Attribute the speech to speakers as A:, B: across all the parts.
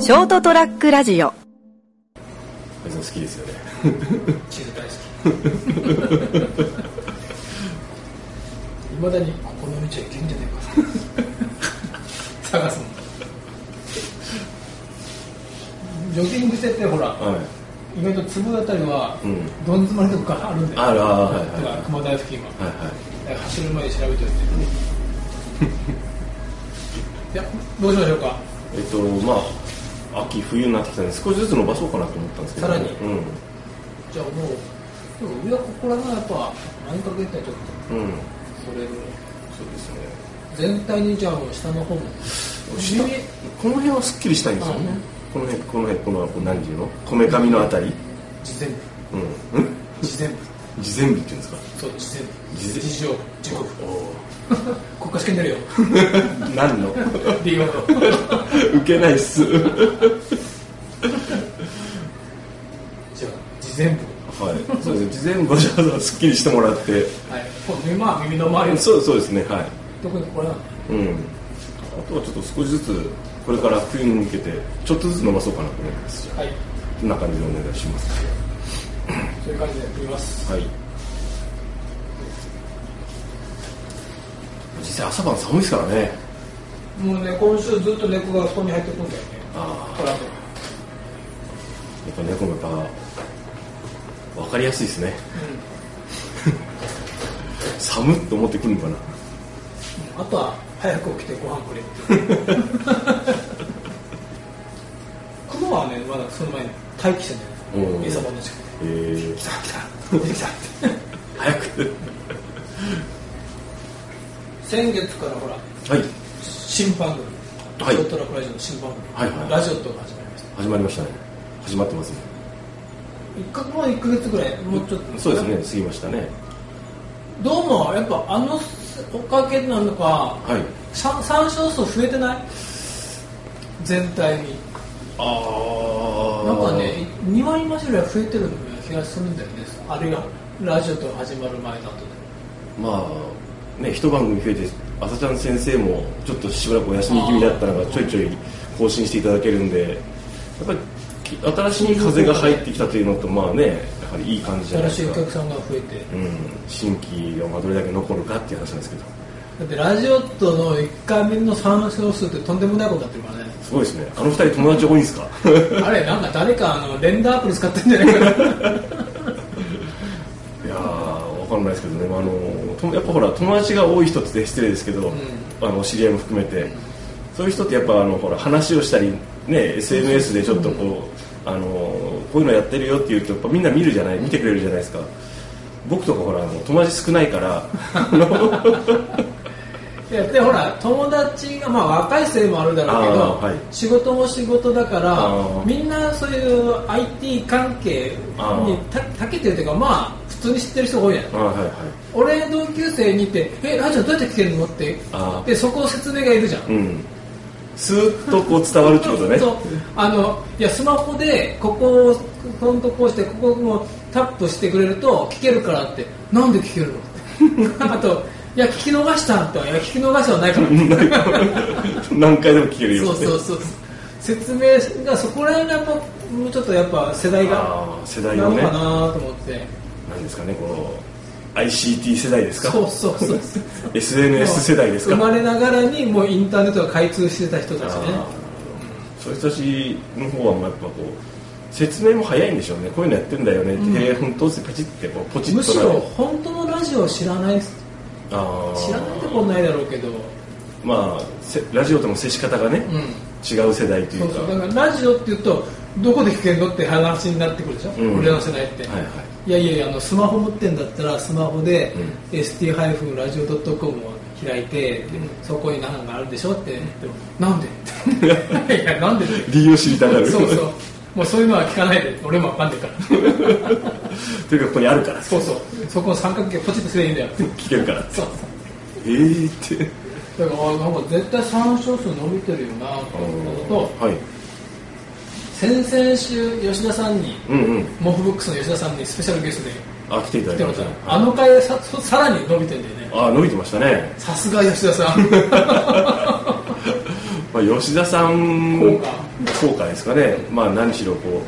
A: ショートトラックラジオ
B: 別に好きですよね
C: 地図大好きいまだにここの道は行けんじゃねえか探すのジョギングしててほら、
B: は
C: 意外と粒あたりは
B: うん
C: どん詰まりとかあるんだよ、
B: あるあるはいはい
C: だから熊台付近は、
B: いはいはい
C: だから走る前に調べておいて、 いやどうしましょうか
B: えっとまあ秋冬になってきたんで少しずつ伸ばそうかなと思ったんですけど
C: さら
B: う
C: に
B: ん
C: じゃあもうでも上はここらがやっぱ何ヶ月かちょっ
B: うん
C: とそれ
B: そうですね
C: 全体にじゃあ下の方も
B: 下この辺はすっきりしたいんですよね
C: う
B: こ
C: ん
B: の辺この辺このこの何ていうのこめかみのあたり
C: 事前部
B: うんうん
C: 事前部
B: 事前日っていうんですか
C: そう事前部
B: 事前
C: 事情時刻
B: お
C: 国家試験にな るよ
B: ー何 の
C: D ワード
B: ウケないっすは
C: じゃあ事前部
B: いそうですね事前部じゃあすっきりしてもらって
C: はいこう耳,、まあ、耳の周りの
B: そうそうですねはい
C: 特にこれは
B: うんあとはちょっと少しずつこれから冬に向けてちょっとずつ伸ばそうかなと思います
C: はい
B: こんな感じでお願いします
C: そういう感じでやってみます
B: はい実際朝晩寒いですからね
C: もうね今週ずっと猫が布団に入ってくんだよね
B: あ
C: これはもう
B: やっぱ猫もやっぱ分かりやすいですね寒っと思ってくるのかな
C: あとは早く起きてご飯く れっていう熊はねまだその前に待機してんだよ
B: うん
C: 餌場の近く
B: えー、
C: で来た来た出てきたって
B: 早く
C: 先月からほら
B: はい
C: 新番組
B: はい
C: ショートラックラジオの新番組、
B: はいはい
C: ラジオとか始まりました
B: 始まりましたね始まってますね
C: 1かもう1か月ぐらいもうちょっと
B: そうですね過ぎましたね
C: どうもやっぱあのおかげなのか
B: はい
C: さ参照数増えてない全体に
B: あ
C: なんかね2割増しぐらい増えてるような気がするんだよねあるいはラジオと始まる前だと
B: まあね一番組増えて朝ちゃん先生もちょっとしばらくお休み気味だったのがちょいちょい更新していただけるんでやっぱりき新しい風が入ってきたというのとまあねやはりいい感じじゃない
C: 新
B: で
C: しい
B: す
C: お
B: か
C: 客さんが増えて
B: うん、新規がまあどれだけ残るかっていう話なんですけど
C: だってラジオとの1回目の参照数ってとんでもないことになってるからね
B: すごいですねあの二人友達多いんですか
C: あれなんか誰かあのレンダーアプリ使ってんじゃないかな
B: いやーわかんないですけどね、まあ、あのとやっぱほら友達が多い人って失礼ですけど、あの知り合いも含めて、そういう人ってやっぱあのほら話をしたり、ね、SNS でちょっとこう、あのこういうのやってるよって言うとやっぱみんな見るじゃない見てくれるじゃないですか僕とかほらあの友達少ないから あの
C: いやでほら友達がまあ若いせいもあるだろうけど
B: あ、ーはい
C: 仕事も仕事だか
B: あ
C: ら
B: ー
C: みんなそういう IT 関係
B: あ
C: に
B: ー
C: たたけてるっていうかまあ普通に知ってる人が多いやん
B: あはいはい
C: 俺同級生にって「えラジオどうやって来てるの?」って
B: あー
C: でそこを説明がいるじゃん、
B: うんスーッとこう伝わるってことね
C: そうあのいやスマホでここをこのとこうしてここもタップしてくれると聞けるからってなんで聞けるの あといや聞き逃したんといや聞き逃したはないから
B: なんか何回でも聞けるよ
C: そう
B: って
C: そうそう説明がそこら辺がやっぱもうちょっとやっぱ世代が
B: あー世
C: な
B: 代の
C: のか
B: ね
C: なと思って、
B: なんですかねこの ICT 世代ですか
C: そうそうそう
B: SNS 世代ですか
C: 生まれながらにもうインターネットが開通してた人たちね
B: あーそういう人たちの方はもうやっぱこう説明も早いんでしょうねこういうのやってんだよねって、へえ本当ってパチってこうポチ
C: む
B: ッと
C: し
B: な
C: ろ本当のラジオを知らない知
B: あー
C: らないとこないだろうけど、
B: まあせラジオとの接し方がね、
C: うん、
B: 違う世代とい
C: そうう
B: か
C: そうだからラジオっていうとどこで聞けるのって話になってくるじゃん、
B: うん
C: 俺らの世代って、
B: はいはい
C: いやいやいやあのスマホ持ってんだったらスマホで、
B: う
C: ST-radio.com を開い
B: ん
C: て、そこに何かあるでしょって、でもなんで いやなんでって
B: 理由を知りたがる
C: そうそうもうそういうのは聞かないで俺もわかんない から
B: というかここにあるから
C: そうそうそこの三角形ポチッとすればい いんだよって
B: 聞けるから
C: そう
B: えーって
C: そうだからあなんか絶対参照数伸びてるよなと思ったのと
B: はい
C: 先々週吉田さんに
B: うんうん
C: モフブックスの吉田さんにスペシャルゲストで
B: あ来ていただ
C: 来
B: き
C: て
B: ま
C: ま
B: し
C: したた
B: ね
C: ねあの回ささらに伸びてんだよね
B: あー伸びてましたね
C: さすが吉田さん
B: まあ吉田さん
C: 効果
B: 後悔ですかね、まあ、何しろこ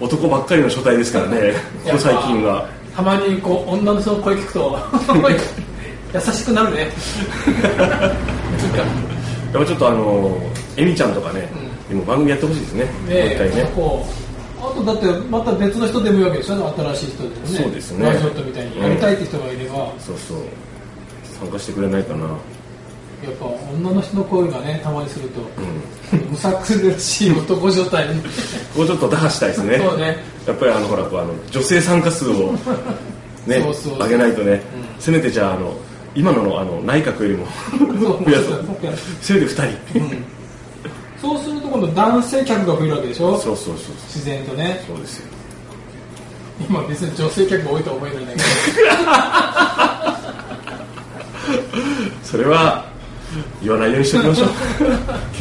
B: う男ばっかりの書体ですからね、ここ最近は。
C: たまにこう女の人の声聞くと 優しくなるねなんか
B: やっぱちょっとあのエミちゃんとかね、でも番組やってほしいですね、もう一
C: ね
B: 回ね。
C: こうあとだってまた別の人でもいいわけでしょ新しい人でもね
B: そうですね
C: ラジオットみたいにやりたいって人がいれば、やっ
B: そうそう参加してくれないかな、
C: ぱ女の人の声がねたまにすると
B: うん、
C: むさ苦しい男状 態に
B: ここちょっと打破したいですね
C: そうね
B: やっぱりあのほらこうあの女性参加数をね
C: そうそう
B: 上げないとね、せめてじゃああの今ののあの内閣よりも
C: そう
B: 増やそうせめて2人、
C: そうすると今度男性客が増えるわけでしょ
B: そうそうそう
C: 自然とね
B: そうですよ
C: 今別に女性客が多いとは思えないんだけど
B: それは言わないようにしておきま しょうき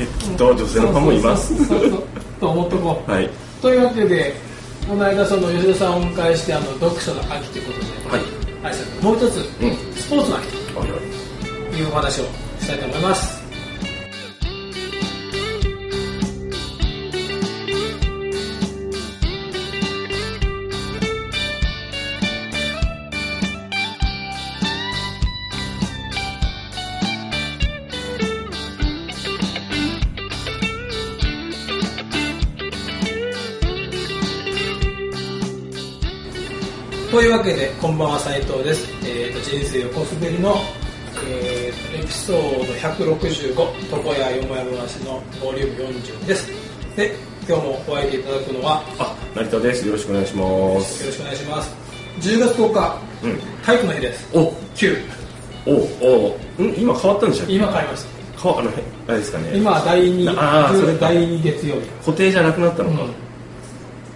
B: っと女性のファンもいます
C: そうそうそうそうと思っとこう
B: はい
C: というわけでこの間その吉田さんをお迎えしてあの読書の秋ということで、
B: はい
C: あれですねもう一つ、
B: う
C: スポーツの秋
B: ありがとう
C: というお話をしたいと思いますというわけでこんばんは斉藤です、えー、と人生横滑りの、えーとエピソード165床屋よもや話のボリューム40ですで今日もお相手いただくのは
B: あ成田ですよろしくお願いします
C: よろしくお願いします10月10日、
B: うん
C: 体育の日です
B: お
C: 9
B: おおん今変わったんでしたっけ
C: 今変わりました
B: 変わあのへあれですかね
C: 今は第2
B: あーそれか
C: 第2月曜日
B: 固定じゃなくなったのか、
C: うん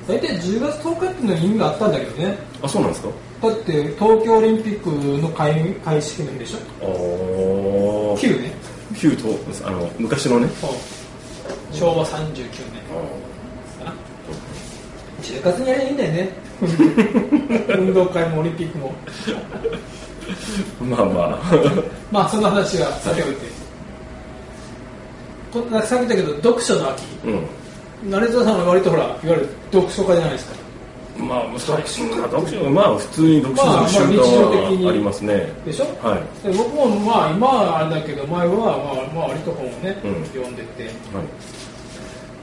C: 大体10月10日っていうのに意味があったんだけどね
B: あそうなんですか
C: だって東京オリンピックの開開式の日でしょ
B: おー
C: 9ね
B: 旧とあの昔のね
C: そう昭和39年かな10月にやりゃいいんだよね 運動会もオリンピックも
B: まあま あ
C: まあその話はさておいてこんなさっき言ったけど読書の秋
B: うん
C: 成田さんは割とほらいわゆる読書家じゃないですか
B: まあ読書読書まあ普通に読
C: まあま
B: 書
C: あ
B: する習慣
C: 日常的に
B: はありますね
C: でしょ
B: はい
C: で僕もまあ今はあれだけど前はまあまあ割と本をね、
B: うん
C: 読んでて
B: はい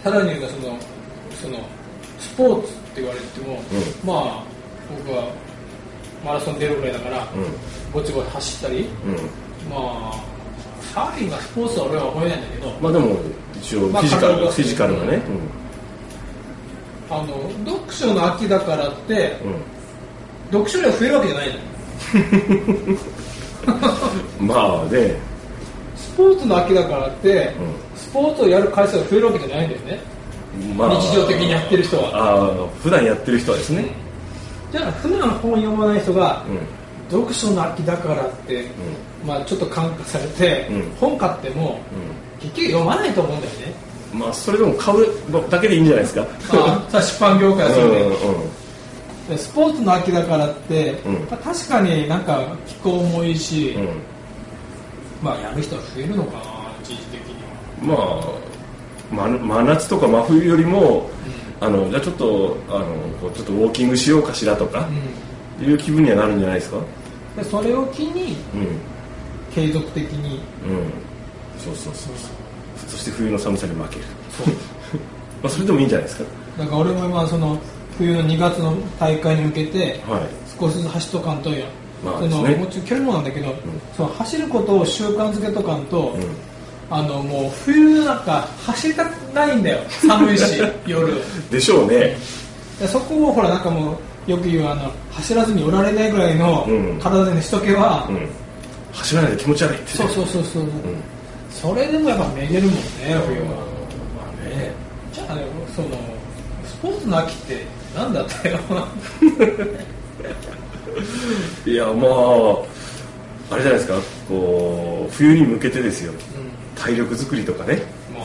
C: さらに言うとそのそのスポーツって言われても、
B: う
C: まあ僕はマラソン出るぐらいだから、
B: う
C: ぼちぼち走ったり
B: んうん
C: まあサーフィンがスポーツは俺は思えないんだけど
B: まあでも一応フ
C: まあ
B: ィジカル
C: 軽く
B: フィジカルがね
C: あの読書の秋だからって
B: うん
C: 読書量増えるわけじゃないじゃん
B: うんまあね
C: スポーツの秋だからって、
B: う
C: スポーツをやる回数が増えるわけじゃないんだよね
B: まあ
C: 日常的にやってる人は
B: ああ普段やってる人はですね
C: だから普段本読まない人が、
B: うん
C: 読書の秋だからって、まあ、ちょっと感化されて、
B: うん
C: 本買っても結局読まないと思うんだよ ね
B: うんまあそれでも買うだけでいいんじゃないですか
C: ああ出版業 界は
B: う
C: そうんで、
B: うん
C: でスポーツの秋だからって、
B: うん
C: まあ確かになんか気候もいいし、
B: うん
C: まあやる人は増えるのかな一時的には
B: まあ、ま、真夏とか真冬よりも、あのじゃあちょっとあのこうちょっとウォーキングしようかしらとか、いう気分にはなるんじゃないですか
C: でそれを機に
B: うん
C: 継続的に
B: うんそうそうそうそうそして冬の寒さに負ける、
C: そう
B: まあ、それでもいいんじゃないです
C: だから俺も今その冬の2月の大会に向けて
B: かはい
C: 少しずつ走っとかんとや、
B: まあ
C: その
B: ですね
C: もちろん距離もなんだけど、その走ることを習慣づけとかんと、
B: うん
C: あのもう冬なんか走りたくないんだよ寒 いし夜
B: でしょうね
C: でそこをほらなんかもうよく言うあの走らずにおられないぐらいの
B: うん
C: 体の人気は、
B: うん走らないで気持ち悪いって
C: そうそうそうそう、それでもやっぱめげるもんね冬は、
B: まあね
C: じゃあねそのスポーツの秋ってなんだっ たよ
B: いやまああれじゃないですかこう冬に向けてですよ体力作りとかね
C: まあ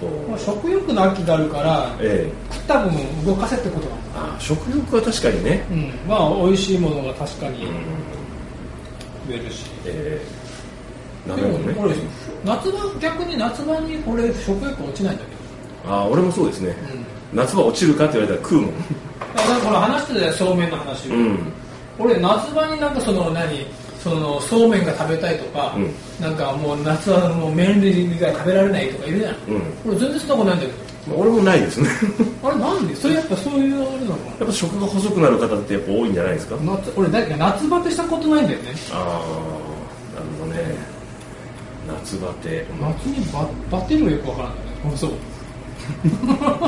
B: こ
C: まあ、
B: う
C: 食欲の秋があるから
B: ええ
C: 食った分を動かせってことな
B: あ
C: の
B: 食欲は確かにね、
C: うんまあ美味しいものが確かに
B: うん
C: 増えるし、
B: え鍋
C: で
B: も
C: も
B: ね
C: 俺夏場逆に夏場にこれ食欲落ちないんだけど
B: ああ俺もそうですね、
C: う
B: 夏場落ちるかって言われたら食うもん
C: だからこの話してたよそうめんの話、
B: うん
C: 俺夏場になんかその何そのそうめんが食べたいとか、
B: うん
C: なんかもう夏はもう麺類が食べられないとかいるじゃん、
B: うん
C: 俺全然そんなことないんだけ
B: まあ俺もないですね
C: どあれなんでそれやっぱそういうあれなのか
B: やっぱ食が細くなる方ってやっぱ多いんじゃないですか
C: な夏俺だけど夏バテしたことないんだよね
B: ああなるほどね夏バテ、まあ
C: 夏にババテるのよくわからないね俺そう
B: ま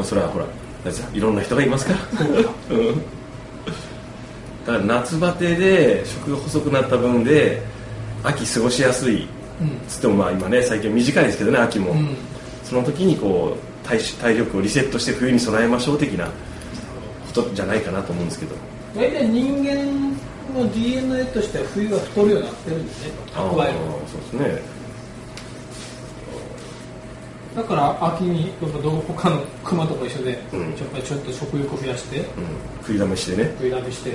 B: あそれはほらあれさいろんな人がいますから
C: そうか
B: うんだから夏バテで食が細くなった分で秋過ごしやすいつってもまあ今ね最近短いですけどね秋も、
C: うん、うん
B: その時にこう体脂体力をリセットして冬に備えましょう的なことじゃないかなと思うんですけど
C: 大体人間の DNA としては冬は太るようになってるんですね
B: あ
C: 蓄える
B: ーそうですね
C: だから秋にやっぱどこかの熊とか一緒で、やっ
B: うん
C: ぱりちょっと食欲を増やして
B: うん食いだめしてね
C: 冬食べして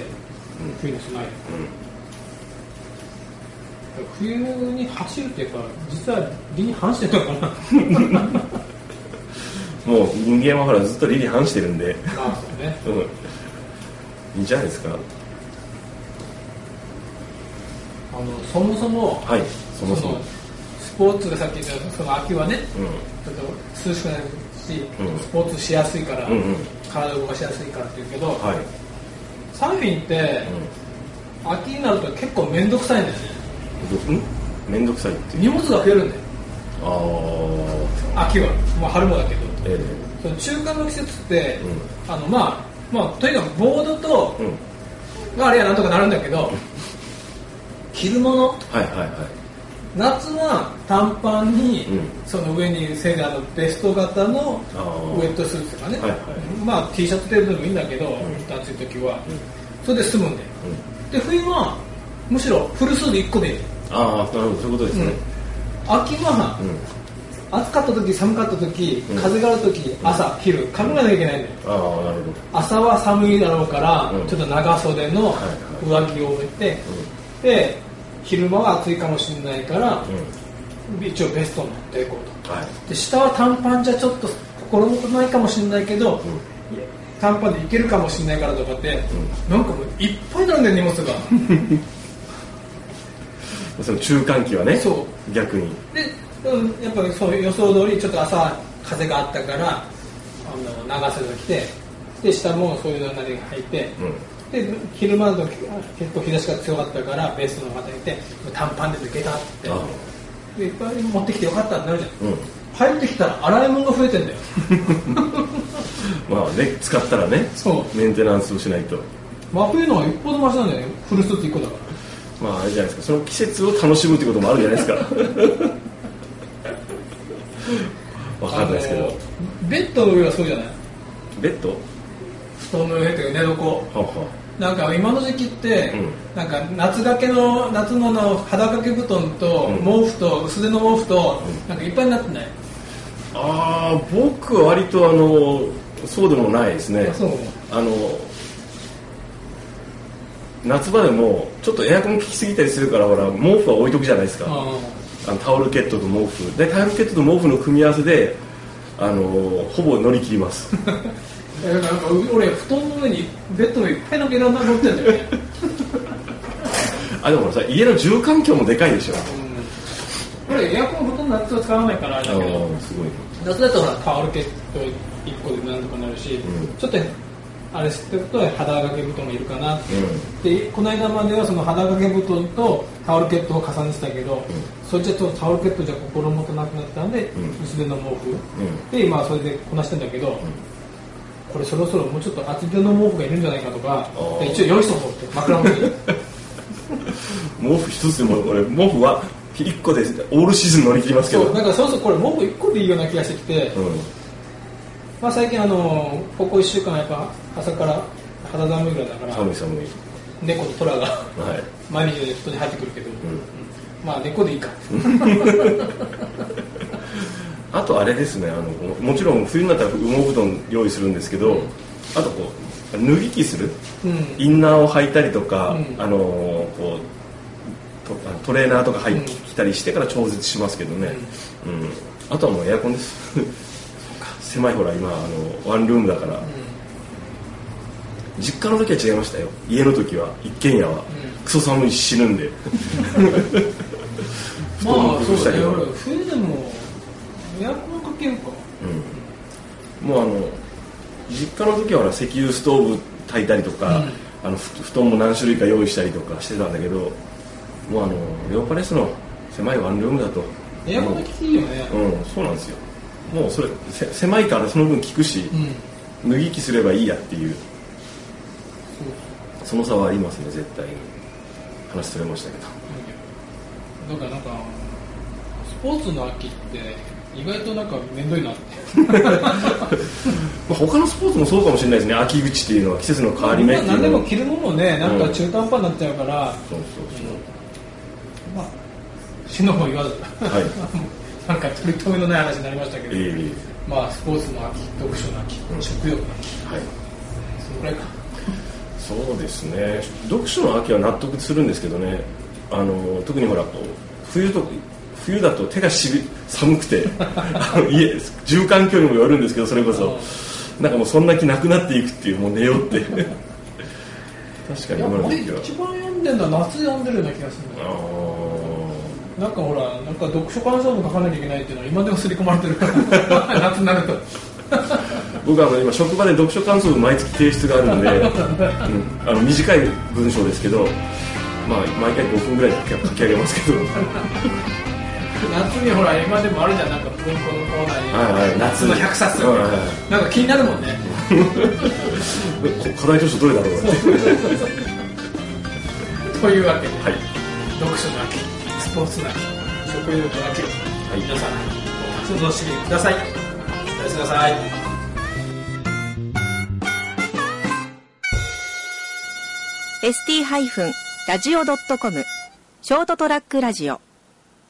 C: 冬に備える冬に走るっていうか実は理に反してるのかな
B: もう人間はほらずっと理に反してるんで
C: まあそうね
B: うんいいんじゃないですか
C: あのそもそも
B: はいそもそも
C: のスポーツがさっき言ったその秋はね
B: う
C: ちょっと涼しくなるし、
B: うん
C: スポーツしやすいから、
B: んうんうん
C: 体を動かしやすいからっていうけど、
B: はい、
C: サーフィンって
B: う
C: 秋になると結構面倒くさいんだよね
B: んうん、めんどくさいっていう
C: 荷物が増えるんだよ
B: ああ
C: 秋は、まあ、春もだけど
B: え
C: その中間の季節って、
B: う
C: あのまあまあとにかくボードと
B: えうん
C: があれはなんとかなるんだけど着るもの
B: はいはいはい
C: 夏は短パンに、
B: うん
C: その上にセガのベスト型の
B: あー
C: ウエットスーツとかね、
B: はいはい
C: まあ T シャツ程度でもいいんだけど、
B: ん
C: 暑い時は、
B: ん
C: それで済むんだよで冬はむしろフルスーツ1個でいい、
B: ああなるほどそういうことですね、
C: 秋は、
B: うん
C: 暑かった時寒かった時風がある時、朝昼考えなきゃいけないんだよ
B: ああなるほど
C: 朝は寒いだろうから、
B: うん
C: ちょっと長袖の
B: は
C: 上着を置いて、で昼間は暑いかもしれないから、一応ベストを持っていこう
B: はい
C: とで下は短パンじゃちょっと心もとないかもしれないけど、いや短パンでいけるかもしれないからとかって、なんかもういっぱいなんだよ荷物 が
B: その中間期はね
C: そ
B: 逆に
C: で、うん、やっぱりそう予想通りちょっと朝風があったからあの長袖着てで下もそういうのなりが入って、
B: うん
C: で昼間の時結構日差しが強かったからベースの方にいて短パンで抜けたって
B: あ
C: でいっぱい持ってきてよかったってなるじゃん
B: うん
C: 入ってきたら洗い物が増えてんだよ
B: まあね使ったらね
C: そう
B: メンテナンスをしないと
C: 真冬の方がよっぽどマシなんだよねフルスーツ1個だか
B: まああれじゃないですかその季節を楽しむってこともあるじゃないですか わ
C: ら
B: かんないですけど、
C: あのベッドの上はそうじゃない
B: ベッド
C: 布団の上というか寝床
B: はあは
C: なんか今の時期って、
B: うん
C: なんか夏掛けの夏のの肌掛け布団と
B: うん
C: 毛布と薄手の毛布と、なんかいっぱいになってない、
B: ああー僕は割とあのそうでもないですね
C: そう
B: あの夏場でもちょっとエアコン効きすぎたりするからほら毛布は置いとくじゃないですか
C: あ
B: あのタオルケットと毛布でタオルケットと毛布の組み合わせであのーほぼ乗り切ります
C: ーいやなんか俺布団の上にベッドの上いっぱいなんかいろんなの持ってんだよね
B: あでもほらさ家の住環境もでかいでしょ
C: これエアコンほとんど夏は使わないからあれ
B: あ
C: だけど
B: ーすごい
C: 夏だとほらタオルケット1個でなんとかなるし、
B: うん
C: ちょっとあれ知ってると肌掛け布団もいるかなって、
B: う
C: でこの間まではその肌掛け布団とタオルケットを重ねてたけど、それじゃちょっとタオルケットじゃ心もとなくなったんで、
B: ん
C: 薄手の毛布、
B: ん
C: で今はそれでこなしてんだけど、これそろそろもうちょっと厚手の毛布がいるんじゃないかとか
B: ー
C: で一応用意しとこうって枕元に
B: 毛布一つでも俺毛布は1個でオールシーズン乗り切りますけど
C: そうなんかそろそろこれ毛布1個でいいような気がしてきて、
B: うん
C: まあ、最近あのここ1週間やっぱ朝から肌寒いぐらいだから
B: 寒い寒い
C: 猫と虎が
B: はい
C: 毎日のように布団に入ってくるけど、
B: ん
C: まあ猫でいいか
B: あとあれですねあのももちろん冬になったら羽毛布団用意するんですけど、あとこう脱ぎ着する
C: うん
B: インナーを履いたりとか、
C: うん
B: あのこうとあのトレーナーとか履いて
C: うん
B: きたりしてから調節しますけどね、うんあとはもうエアコンです 狭いほら今あのワンルームだから、実家の時は違いましたよ家の時は一軒家は、クソ寒いし死ぬんで
C: まあ
B: 布団も
C: そ
B: 崩した
C: う
B: り
C: ね
B: とか
C: 俺冬でもエアコンかけるか
B: もうあの実家の時はほら石油ストーブ炊いたりとか、あのふ布団も何種類か用意したりとかしてたんだけどもうあのレオパレスの狭いワンルームだと
C: エアコンが効きいいよね
B: うんそうなんですよもうそれせ狭いからその分効くし
C: う、ん
B: 脱ぎ着すればいいやっていうその差はありますね絶対に話それましたけど
C: だからなんかスポーツの秋って意外となんか面倒いなって
B: まあ、他のスポーツもそうかもしれないですね秋口っていうのは季節の変わり目っていう
C: 何で
B: の
C: も
B: は
C: 着るものもねなんか中途半端になっちゃうから、
B: そうそう
C: まあ死のも言わず
B: そうはい
C: なんか取り留めのない話になりましたけど、
B: えー
C: まあスポーツの秋読書の秋、
B: うん
C: 食欲の秋
B: はい
C: そのくらいか
B: そうですね読書の秋は納得するんですけどねあの特にほらこう冬と冬だと手がしび寒くて あの家住環境にもよるんですけどそれこそなんかもうそんな気なくなっていくっていうもう寝ようって 確かに
C: いや
B: 今の
C: 俺
B: 時
C: 一
B: 期は
C: 番読んでるのは夏読んでるような気がするんだよ
B: あ
C: なんかほらなんか読書感想文書かなきゃいけないっていうのは今でも刷り込まれてるか ら夏になると
B: ー僕はあの今職場で読書感想文毎月提出があ るんで、うんあの短い文章ですけどまあ毎回5分ぐらいで書き上げますけど
C: 夏にほら今でもあるじゃんなんか文庫のコーナーに、
B: はいはい
C: 夏の100冊
B: はいはいはい
C: なんか気になるもんね
B: こ課題図書どれだろうって
C: というわけで
B: はい
C: 読書の秋スポーツの秋食欲の秋
B: はい
C: 皆さん活動してくださいおやすみなさい
A: ー ST-radio.com ショートトラックラジオ